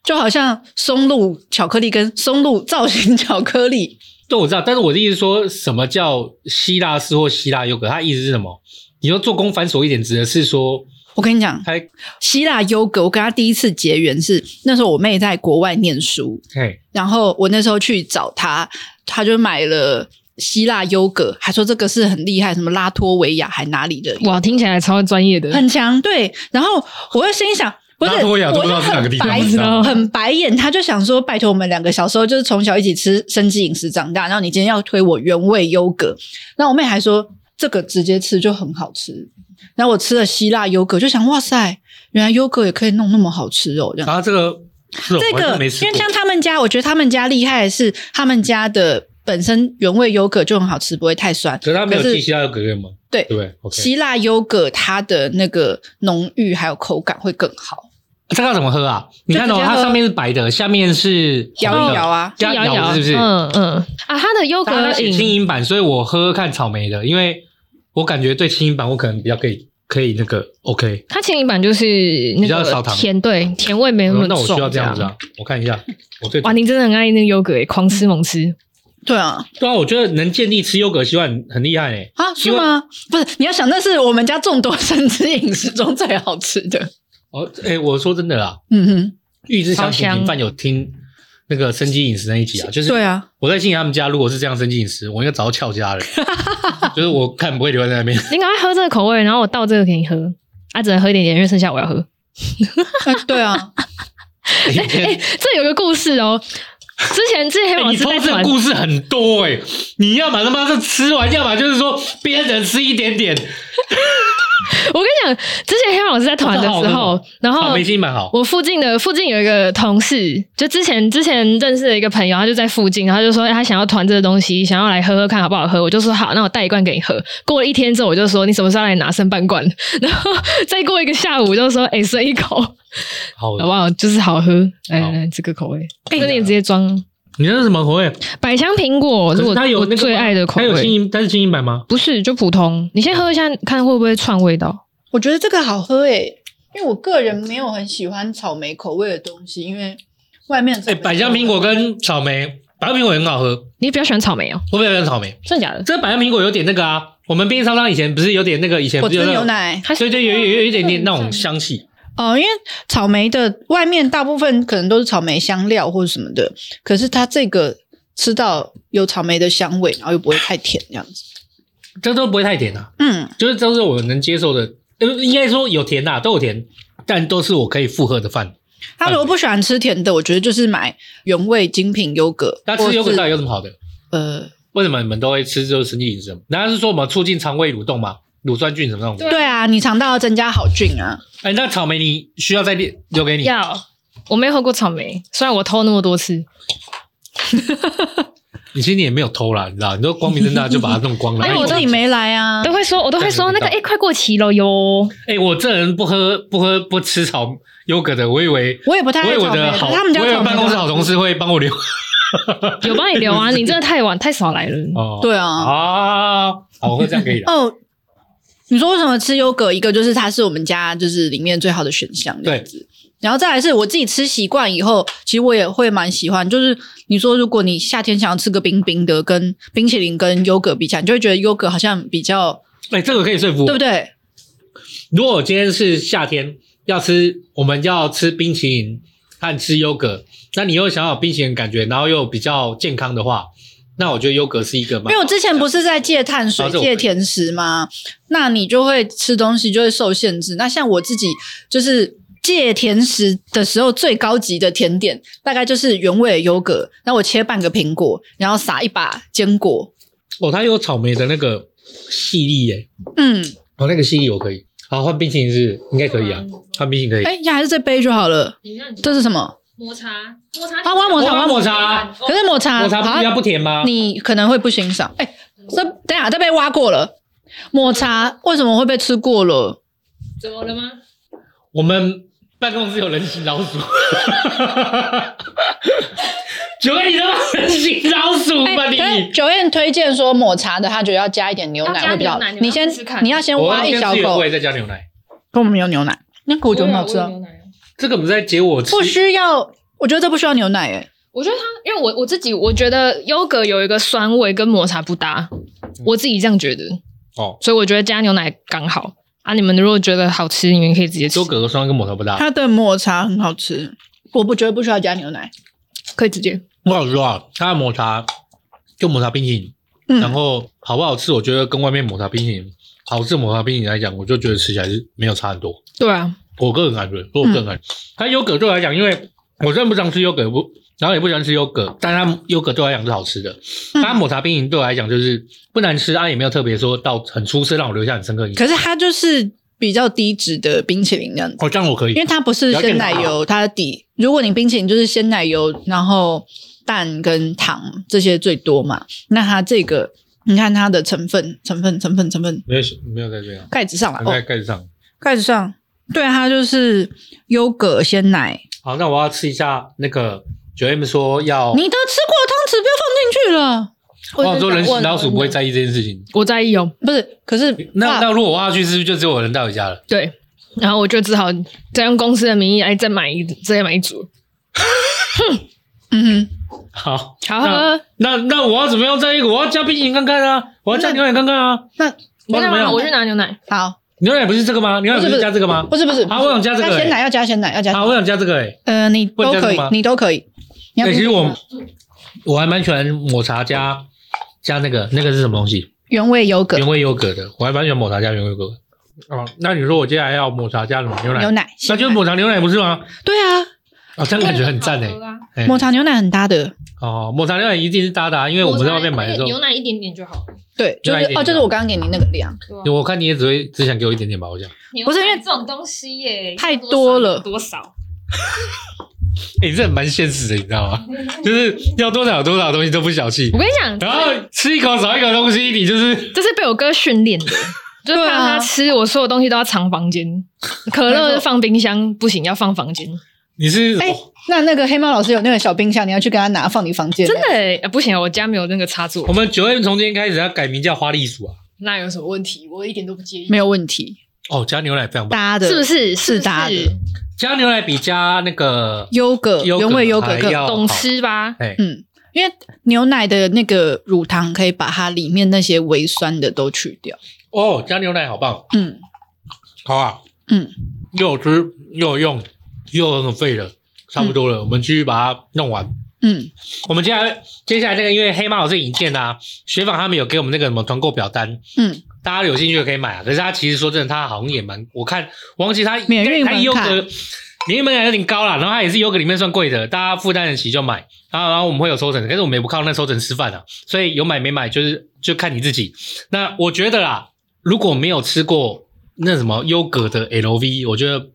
[SPEAKER 3] 就好像松露巧克力跟松露造型巧克力。
[SPEAKER 2] 对，我知道，但是我的意思说什么叫希腊式或希腊有梗？它意思是什么？你说做工繁琐一点，指的是说
[SPEAKER 3] 我跟你讲，
[SPEAKER 2] 它
[SPEAKER 3] 希腊优格，我跟他第一次结缘是那时候我妹在国外念书，
[SPEAKER 2] 嘿
[SPEAKER 3] 然后我那时候去找他，他就买了希腊优格，还说这个是很厉害，什么拉脱维亚还哪里的，
[SPEAKER 4] 哇，听起来超专业的。
[SPEAKER 3] 很强。对，然后我就心想，不是
[SPEAKER 5] 拉脱牙都不知道
[SPEAKER 3] 我就是
[SPEAKER 5] 哪个地方
[SPEAKER 3] 很白
[SPEAKER 5] 不
[SPEAKER 4] 知道
[SPEAKER 3] 很白眼，他就想说，拜托我们两个小时候就是从小一起吃生计饮食长大，然后你今天要推我原味优格，那我妹还说这个直接吃就很好吃，然后我吃了希腊优格就想，哇塞，原来优格也可以弄那么好吃哦，这样。
[SPEAKER 2] 然后啊这个是我
[SPEAKER 3] 这
[SPEAKER 2] 完
[SPEAKER 3] 个
[SPEAKER 2] 全没吃
[SPEAKER 3] 因为
[SPEAKER 2] 过
[SPEAKER 3] 像他们家，我觉得他们家厉害的是他们家的本身原味优格就很好吃，不会太酸。
[SPEAKER 2] 可是他没有
[SPEAKER 3] 可是
[SPEAKER 2] 寄希腊优格给我们，
[SPEAKER 3] 对
[SPEAKER 2] 对不对？OK，
[SPEAKER 3] 希腊优格它的那个浓郁还有口感会更好，
[SPEAKER 2] 这个要怎么喝啊？你看
[SPEAKER 3] 就
[SPEAKER 2] 哦，
[SPEAKER 3] 直接喝
[SPEAKER 2] 它上面是白的，下面是
[SPEAKER 3] 摇
[SPEAKER 2] 红
[SPEAKER 3] 一
[SPEAKER 2] 的
[SPEAKER 3] 摇，啊，
[SPEAKER 2] 要
[SPEAKER 4] 摇一
[SPEAKER 2] 咬是不是
[SPEAKER 4] 嗯嗯啊，它的优
[SPEAKER 2] 大家都
[SPEAKER 4] 格
[SPEAKER 2] 写轻
[SPEAKER 4] 饮
[SPEAKER 2] 盈版，所以我喝喝看草莓的，因为我感觉对轻盈版我可能比较可以可以那个 OK。
[SPEAKER 4] 它轻盈版就是那
[SPEAKER 2] 比较少
[SPEAKER 4] 个
[SPEAKER 2] 糖
[SPEAKER 4] 甜，对甜味没那么
[SPEAKER 2] 那我需
[SPEAKER 4] 重。
[SPEAKER 2] 要这样子啊，我看一下，我对
[SPEAKER 4] 哇，你真的很爱那个优格诶，狂吃猛吃。
[SPEAKER 3] 对啊，
[SPEAKER 2] 对啊，我觉得能建立吃优格习惯很很厉害诶、
[SPEAKER 3] 啊是
[SPEAKER 2] 因为
[SPEAKER 3] 吗？不是，你要想那是我们家众多生吃饮食中最好吃的，
[SPEAKER 2] 哦，诶、我说真的啦，
[SPEAKER 3] 嗯哼，
[SPEAKER 2] 预知详情
[SPEAKER 4] 超香
[SPEAKER 2] 饭有听那个生机饮食那一集啊，就是
[SPEAKER 3] 对啊，
[SPEAKER 2] 我在信雅他们家，如果是这样生机饮食，我应该早就翘家 了，就是我看不会留在那边。
[SPEAKER 4] 你赶快喝这个口味，然后我倒这个给你喝。啊，只能喝一点点，因为剩下我要喝。
[SPEAKER 3] 啊对啊，
[SPEAKER 4] 哎 这有个故事哦，之前之前
[SPEAKER 2] 欸
[SPEAKER 4] 哎我
[SPEAKER 2] 哎你
[SPEAKER 4] 是
[SPEAKER 2] 偷
[SPEAKER 4] 在
[SPEAKER 2] 这个
[SPEAKER 4] 传，
[SPEAKER 2] 故事很多哎、你要么他妈是吃完，要么就是说别人吃一点点。
[SPEAKER 4] 我跟你讲，之前黑老师在团的
[SPEAKER 2] 我
[SPEAKER 4] 时
[SPEAKER 2] 知道我
[SPEAKER 4] 候
[SPEAKER 2] 知，
[SPEAKER 4] 然
[SPEAKER 2] 草
[SPEAKER 4] 后
[SPEAKER 2] 莓心蛮哦好，
[SPEAKER 4] 我附近的附近有一个同事，就之前之前认识的一个朋友，他就在附近，然后就说、哎他想要团这个东西，想要来喝喝看好不好喝。我就说好，那我带一罐给你喝。过了一天之后，我就说你什么时候来拿剩半罐？ 然后再过一个下午，我就说哎、剩一口，好
[SPEAKER 2] 好
[SPEAKER 4] 不好？就是好喝，来
[SPEAKER 2] 好啊
[SPEAKER 4] 来来这个口味，那你也直接装
[SPEAKER 2] 你那是什么口味？
[SPEAKER 4] 百香苹果，
[SPEAKER 2] 可
[SPEAKER 4] 是
[SPEAKER 2] 是
[SPEAKER 4] 我
[SPEAKER 2] 它有那个
[SPEAKER 4] 我
[SPEAKER 2] 吗
[SPEAKER 4] 最爱的口
[SPEAKER 2] 它有金
[SPEAKER 4] 味，
[SPEAKER 2] 银，它是金银版吗？
[SPEAKER 4] 不是就普通。你先喝一下，看会不会串味道。
[SPEAKER 3] 我觉得这个好喝诶、因为我个人没有很喜欢草莓口味的东西，因为外面
[SPEAKER 2] 哎、百香苹果跟草莓，百香苹果也很好喝，
[SPEAKER 4] 你比较喜欢草莓哦？
[SPEAKER 2] 我比较喜欢草莓。
[SPEAKER 4] 真的假的？
[SPEAKER 2] 这百香苹果有点那个啊，我们便利商店以前不是有点那个以前
[SPEAKER 3] 果
[SPEAKER 2] 不是有
[SPEAKER 3] 汁
[SPEAKER 2] 那
[SPEAKER 3] 牛
[SPEAKER 2] 种，
[SPEAKER 3] 奶，
[SPEAKER 2] 对对，有有有有一点
[SPEAKER 4] 嗯
[SPEAKER 2] 点那种香气。
[SPEAKER 3] 哦，因为草莓的外面大部分可能都是草莓香料或者什么的，可是它这个吃到有草莓的香味，然后又不会太甜，这样子。
[SPEAKER 2] 这都不会太甜啊，
[SPEAKER 3] 嗯，
[SPEAKER 2] 就是都是我能接受的，呃应该说有甜啊，都有甜，但都是我可以负荷的饭。嗯
[SPEAKER 3] 他如果不喜欢吃甜的，我觉得就是买原味精品优格。
[SPEAKER 2] 那吃优格
[SPEAKER 3] 或是
[SPEAKER 2] 到底有什么好的？
[SPEAKER 3] 呃，为
[SPEAKER 2] 为什么你们都会吃就是生理饮食？难道是说我们促进肠胃蠕动吗？乳酸菌什么那种？
[SPEAKER 3] 对啊，你肠道要增加好菌啊。
[SPEAKER 2] 哎，那草莓你需要再列留给你。
[SPEAKER 4] 要，我没有喝过草莓，虽然我偷那么多次。
[SPEAKER 2] 你其实你也没有偷啦，你知道，你都光明正大就把它弄光了。
[SPEAKER 4] 哎
[SPEAKER 3] 哎，
[SPEAKER 4] 呦
[SPEAKER 3] 我
[SPEAKER 4] 我
[SPEAKER 3] 自
[SPEAKER 4] 都
[SPEAKER 3] 己没来啊
[SPEAKER 4] 都。会说，我都会说
[SPEAKER 2] 感觉不
[SPEAKER 4] 那个
[SPEAKER 2] 到
[SPEAKER 4] 哎、快过期了哟。
[SPEAKER 2] 哎，我这人不喝不喝不吃草优格的，我以为
[SPEAKER 3] 我也不太
[SPEAKER 2] 我
[SPEAKER 3] 爱
[SPEAKER 2] 以为
[SPEAKER 3] 草
[SPEAKER 2] 我
[SPEAKER 3] 莓啊
[SPEAKER 2] 的好，
[SPEAKER 3] 可是他们家
[SPEAKER 2] 我以
[SPEAKER 3] 草
[SPEAKER 2] 为
[SPEAKER 3] 莓
[SPEAKER 2] 办公室好同事会帮我留。
[SPEAKER 4] 有帮你 留啊，你真的太晚太少来了。
[SPEAKER 2] 哦，
[SPEAKER 3] 对啊。
[SPEAKER 2] 啊，好，我喝这样可以了。
[SPEAKER 3] 哦，你说为什么吃优格？一个就是它是我们家就是里面最好的选项，这样子。然后再来是我自己吃习惯以后，其实我也会蛮喜欢。就是你说，如果你夏天想要吃个冰冰的，跟冰淇淋跟优格比起来，你就会觉得优格好像比较，
[SPEAKER 2] 哎，这个可以说服我，
[SPEAKER 3] 对不对？
[SPEAKER 2] 如果我今天是夏天要吃，我们要吃冰淇淋和吃优格，那你又想要有冰淇淋的感觉，然后又比较健康的话，那我觉得优格是一个
[SPEAKER 3] 因
[SPEAKER 2] 蛮
[SPEAKER 3] 为我之前不是在戒碳水
[SPEAKER 2] 啊、这我可以
[SPEAKER 3] 戒甜食吗？那你就会吃东西就会受限制。那像我自己就是戒甜食的时候，最高级的甜点大概就是原味的优格，那我切半个苹果，然后撒一把坚果，
[SPEAKER 2] 哦，它有草莓的那个细粒耶，
[SPEAKER 3] 嗯，
[SPEAKER 2] 哦，那个细粒我可以。好，换冰淇淋是应该可以啊，换冰淇淋可以。
[SPEAKER 3] 哎、呀，还是这杯就好了。这是什么？
[SPEAKER 4] 抹茶，抹茶
[SPEAKER 3] 啊我要抹茶我要
[SPEAKER 2] 哦抹茶
[SPEAKER 3] 可是抹茶，
[SPEAKER 2] 抹茶不
[SPEAKER 3] 好啊
[SPEAKER 2] 比较不甜
[SPEAKER 4] 啊
[SPEAKER 2] 吗？
[SPEAKER 3] 你可能会不欣赏。哎、这等一下这杯挖过了，抹茶为什么会被吃过了？
[SPEAKER 4] 怎么了吗？
[SPEAKER 2] 我们办公室有人形老鼠， 九个你他妈人形老鼠
[SPEAKER 3] 哎
[SPEAKER 2] 吧
[SPEAKER 3] 可是
[SPEAKER 2] 你！
[SPEAKER 3] 九燕推荐说抹茶的，他觉得要加一点牛
[SPEAKER 4] 要
[SPEAKER 3] 奶
[SPEAKER 4] 加
[SPEAKER 3] 会比较好
[SPEAKER 4] 牛奶。
[SPEAKER 3] 你
[SPEAKER 4] 你
[SPEAKER 3] 先
[SPEAKER 4] 要试试，看
[SPEAKER 3] 你要先
[SPEAKER 2] 我
[SPEAKER 3] 挖
[SPEAKER 2] 要
[SPEAKER 3] 一
[SPEAKER 2] 先
[SPEAKER 3] 小
[SPEAKER 2] 吃原
[SPEAKER 3] 口，
[SPEAKER 2] 味再加牛奶，
[SPEAKER 3] 跟我们没有牛奶，那个我
[SPEAKER 4] 我
[SPEAKER 3] 觉得很好吃啊，。
[SPEAKER 2] 这个不是在解我吃
[SPEAKER 3] 不需要，我觉得这不需要牛奶哎诶。
[SPEAKER 4] 我觉得它，因为我我自己我觉得优格有一个酸味跟抹茶不搭，
[SPEAKER 2] 嗯
[SPEAKER 4] 我自己这样觉得，
[SPEAKER 2] 哦。
[SPEAKER 4] 所以我觉得加牛奶刚好啊。你们如果觉得好吃，你们可以直接吃
[SPEAKER 2] 优，格和双跟抹茶不搭，
[SPEAKER 3] 它的抹茶很好吃，我不觉得不需要加牛奶。
[SPEAKER 4] 可以直接。
[SPEAKER 2] 不好说啊，它的抹茶就抹茶冰淇淋，然
[SPEAKER 3] 嗯，
[SPEAKER 2] 后好不好吃，我觉得跟外面抹茶冰淇淋好吃的抹茶冰淇淋来讲，我就觉得吃起来是没有差很多。
[SPEAKER 4] 对啊，
[SPEAKER 2] 我个人感觉，我个人
[SPEAKER 3] 嗯
[SPEAKER 2] 感觉，它优格对我来讲，因为我虽然不常吃优格，也不然后也不喜欢吃优格，但它优格对我来讲是好吃的。
[SPEAKER 3] 嗯
[SPEAKER 2] 它抹茶冰淇淋对我来讲就是不难吃，啊它也没有特别说到很出色，让我留下很深刻的印象。
[SPEAKER 3] 可是它就是比较低脂的冰淇淋这样子，
[SPEAKER 2] 哦，这样我可以
[SPEAKER 3] 因为，它不是鲜奶油，它底如果你冰淇淋就是鲜奶油，然后蛋跟糖这些最多嘛，那它这个你看它的成分成分成分成分
[SPEAKER 2] 没有没有在这样，
[SPEAKER 3] 盖子上了
[SPEAKER 2] 很在
[SPEAKER 3] 哦，
[SPEAKER 2] 盖子上。
[SPEAKER 3] 盖子上，对，啊它就是优格鲜奶，
[SPEAKER 2] 好，那我要吃一下那个九 M 说要，
[SPEAKER 3] 你都吃过的汤匙不要放进去了，
[SPEAKER 2] 我哦说人死老鼠不会在意这件事情。
[SPEAKER 4] 我在意哦，
[SPEAKER 3] 不是，可是
[SPEAKER 2] 那
[SPEAKER 3] 爸
[SPEAKER 2] 那如果我挖下去，是不是就只有我人带回家了？
[SPEAKER 4] 对。然后我就只好再用公司的名义，哎，再买一再买一组，
[SPEAKER 3] 嗯
[SPEAKER 2] 好，
[SPEAKER 4] 好喝。
[SPEAKER 2] 那那我要怎么样在意？我要加冰淇淋看看啊，我要加牛奶看看啊。
[SPEAKER 3] 哼，
[SPEAKER 2] 我怎么样
[SPEAKER 4] 我？去拿牛奶。
[SPEAKER 3] 那好，
[SPEAKER 2] 牛奶不是这个吗？牛奶不是加这个吗？
[SPEAKER 3] 不是不是，
[SPEAKER 2] 啊，我想加这
[SPEAKER 3] 加
[SPEAKER 2] 个、
[SPEAKER 3] 鲜奶
[SPEAKER 2] 欸。
[SPEAKER 3] 要加鲜奶要加鲜奶
[SPEAKER 2] 啊，我想加这个哎、欸。
[SPEAKER 3] 呃，你
[SPEAKER 2] 不能加
[SPEAKER 3] 都
[SPEAKER 2] 这
[SPEAKER 3] 可
[SPEAKER 2] 个吗
[SPEAKER 3] 以，你都可以。你要
[SPEAKER 2] 对，
[SPEAKER 3] 冰
[SPEAKER 2] 其实
[SPEAKER 3] 淇淋
[SPEAKER 2] 我
[SPEAKER 3] 吗
[SPEAKER 2] 我还蛮喜欢抹茶加加那个那个是什么东西？
[SPEAKER 3] 原味优格
[SPEAKER 2] 原、味优格的，我还蛮喜欢抹茶加原味优格的。哦，那你说我接下来要抹茶加什么牛奶？
[SPEAKER 3] 牛奶，
[SPEAKER 2] 那就是抹茶牛奶不是吗？
[SPEAKER 3] 对啊，
[SPEAKER 2] 啊、这样感觉很赞哎、欸。哎
[SPEAKER 3] 抹茶牛奶很搭的。
[SPEAKER 2] 哦，抹茶牛奶一定是搭的、啊，因为我们在外面买的时候，
[SPEAKER 4] 奶一点点就好。
[SPEAKER 3] 对，就是
[SPEAKER 2] 牛奶一点
[SPEAKER 3] 哦，就是我刚刚给你那个量，
[SPEAKER 2] 我看你也只会只想给我一点点吧，我想。
[SPEAKER 4] 不
[SPEAKER 3] 不是因为
[SPEAKER 4] 这种东西耶，
[SPEAKER 3] 太多了
[SPEAKER 4] 多少？
[SPEAKER 2] 哎、这蛮现实的，你知道吗？就是要多少有多少东西都不小气
[SPEAKER 4] 我，跟你讲，
[SPEAKER 2] 然后吃一口少一口东西，你就是
[SPEAKER 4] 这是被我哥训练的，就是
[SPEAKER 3] 对
[SPEAKER 4] 怕
[SPEAKER 3] 啊
[SPEAKER 4] 他吃，我所有东西都要藏房间，可乐放冰箱不行，要放房间。
[SPEAKER 2] 你是
[SPEAKER 3] 哎、那那个黑猫老师有那个小冰箱，你要去给他拿，放你房间。
[SPEAKER 4] 真的耶、呃不行，我家没有那个插座
[SPEAKER 2] 我，们九 M 从今天开始要改名叫花栗鼠啊！
[SPEAKER 4] 那有什么问题？我一点都不介意，
[SPEAKER 3] 没有问题，
[SPEAKER 2] 哦，加牛奶非常棒，
[SPEAKER 3] 搭的
[SPEAKER 4] 是不是？
[SPEAKER 3] 是
[SPEAKER 4] 不
[SPEAKER 3] 搭的
[SPEAKER 2] 加牛奶比加那个
[SPEAKER 3] 优格
[SPEAKER 2] 优格
[SPEAKER 3] 原味优格
[SPEAKER 2] 还
[SPEAKER 3] 更
[SPEAKER 2] 要
[SPEAKER 4] 懂吃吧？
[SPEAKER 2] 哎，
[SPEAKER 3] 嗯，因为牛奶的那个乳糖可以把它里面那些微酸的都去掉。
[SPEAKER 2] 哦，加牛奶好棒，
[SPEAKER 3] 嗯
[SPEAKER 2] 好啊，
[SPEAKER 3] 嗯，
[SPEAKER 2] 又有吃又有用又很费了，差不多了，我们继续把它弄完。
[SPEAKER 3] 嗯，
[SPEAKER 2] 我们接下来接下来这个，因为黑猫老师引荐啊，雪纺他们有给我们那个什么团购表单，
[SPEAKER 3] 嗯，
[SPEAKER 2] 大家有兴趣的可以买啊。可是他其实说真的，他好像也蛮，我看我忘记他
[SPEAKER 3] 免运
[SPEAKER 2] 他
[SPEAKER 3] 门
[SPEAKER 2] 优
[SPEAKER 3] 槛
[SPEAKER 2] 格免运门槛有点高啦，然后他也是优格里面算贵的，大家负担得起就买。然后然后我们会有抽成，但是我们也不靠那抽成吃饭啊，所以有买没买就是就看你自己。那我觉得啦，如果没有吃过那什么优格的 LV，我觉得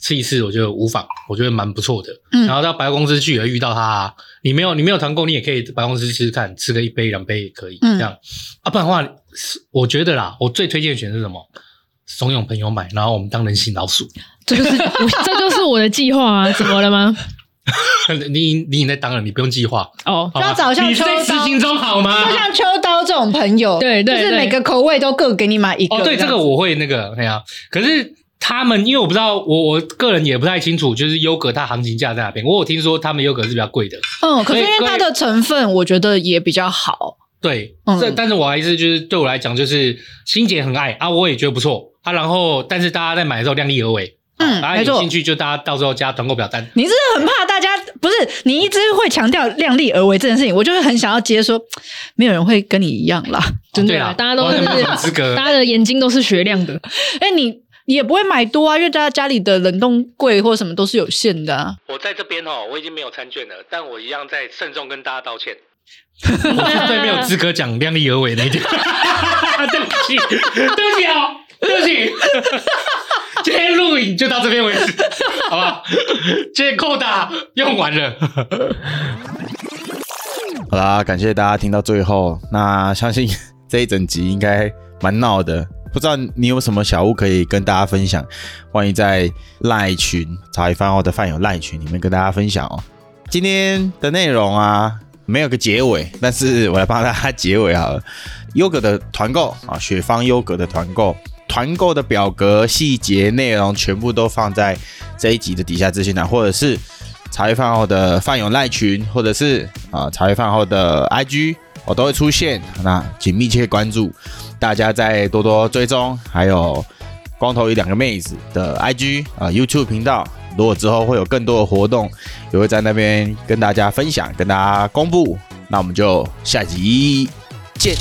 [SPEAKER 2] 吃一次我觉得无妨，我觉得蛮不错的。
[SPEAKER 3] 嗯
[SPEAKER 2] 然后到百货公司去也会遇到他、啊，你没有你没有团购，你也可以百货公司吃吃看，吃个一杯两杯也可以、
[SPEAKER 3] 嗯
[SPEAKER 2] 这样。啊，不然的话，是我觉得啦，我最推荐的选择是什么？怂恿朋友买，然后我们当人形老鼠。
[SPEAKER 4] 这就是 我这就是我的计划啊！怎么了吗？
[SPEAKER 2] 你你已经在当了，你不用计划，
[SPEAKER 4] 哦，
[SPEAKER 2] 好吧
[SPEAKER 3] 要找像
[SPEAKER 2] 你是在
[SPEAKER 3] 秋
[SPEAKER 2] 实
[SPEAKER 3] 刀
[SPEAKER 2] 行中好吗？
[SPEAKER 3] 就像秋刀这种朋友，
[SPEAKER 4] 对对
[SPEAKER 3] 就是
[SPEAKER 4] 对
[SPEAKER 3] 每个口味都各给你买一个。
[SPEAKER 2] 哦，对，这个我会那个，哎呀、可是他们，因为我不知道，我我个人也不太清楚，就是优格它行情价在哪边。我有听说他们优格是比较贵的，
[SPEAKER 3] 嗯，可是因为
[SPEAKER 2] 所以
[SPEAKER 3] 它的成分，我觉得也比较好。
[SPEAKER 2] 对。
[SPEAKER 3] 嗯
[SPEAKER 2] 这、但是我还是就是对我来讲，就是心姐很爱啊，我也觉得不错啊。然后，但是大家在买的时候量力而为，啊
[SPEAKER 3] 嗯
[SPEAKER 2] 大家
[SPEAKER 3] 没错
[SPEAKER 2] 有兴趣就大家到时候加团购表单。哦
[SPEAKER 3] 你真的很怕大家不是你一直会强调量力而为这件事情，我就会很想要接说，没有人会跟你一样啦。
[SPEAKER 4] 真
[SPEAKER 2] 对
[SPEAKER 4] 的
[SPEAKER 2] 啦
[SPEAKER 4] 啊，大家都
[SPEAKER 2] 我好
[SPEAKER 4] 是
[SPEAKER 2] 像没有什么资格
[SPEAKER 4] 大家的眼睛都是雪亮的。
[SPEAKER 3] 哎，你也不会买多啊，因为大家家里的冷冻柜或什么都是有限的啊。
[SPEAKER 2] 我在这边哦，我已经没有参券了，但我一样在慎重跟大家道歉。 我是最没有资格讲量力而为那一点， 对不起，对不起哦，对不起。今天录影就到这边为止，好吧？今天扣打用完了。
[SPEAKER 5] 好啦，感谢大家听到最后。那相信 这一整集应该蛮闹的，不知道你有什么小物可以跟大家分享？欢迎在赖群茶余饭后的饭友赖群里面跟大家分享哦。今天的内容啊，没有个结尾，但是我来帮大家结尾好了。优格的团购啊，雪芳优格的团购，团购的表格、细节、内容全部都放在这一集的底下资讯栏，或者是茶余饭后的饭友赖群，或者是啊茶余饭后的 IG，我、都会出现。那请密切关注，大家再多多追踪，还有光头与两个妹子的 IG 啊、YouTube 频道。如果之后会有更多的活动，也会在那边跟大家分享，跟大家公布。那我们就下集见。